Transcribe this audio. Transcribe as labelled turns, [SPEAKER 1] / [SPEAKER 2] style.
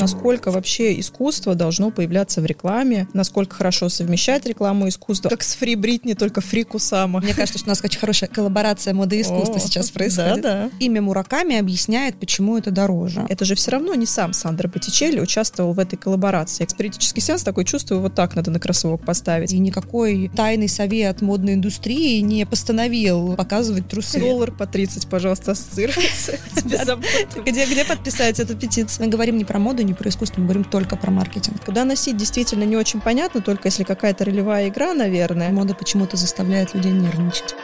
[SPEAKER 1] насколько вообще искусство должно появляться в рекламе, насколько хорошо совмещать рекламу и искусство, как с Фри Бритни, только Фри Кусама.
[SPEAKER 2] Мне кажется, что у нас очень хорошая коллаборация моды и искусства
[SPEAKER 1] О,
[SPEAKER 2] сейчас происходит.
[SPEAKER 1] да-да.
[SPEAKER 2] Имя Мураками объясняет, почему это дороже.
[SPEAKER 1] Это же все равно не сам Сандро Боттичелли участвовал в этой коллаборации. Спиритический сеанс такой чувствую, вот так надо на кроссовок поставить.
[SPEAKER 2] И никакой тайный совет модной индустрии не постановил показывать трусы.
[SPEAKER 1] Доллар по 30, пожалуйста, ассоциируется с беззаботным.
[SPEAKER 2] Где, где подписать эту петицию? Мы говорим не про моду, не про искусство, мы говорим только про маркетинг.
[SPEAKER 1] Куда носить действительно не очень понятно, только если какая-то ролевая игра, наверное.
[SPEAKER 2] Мода почему-то заставляет людей нервничать.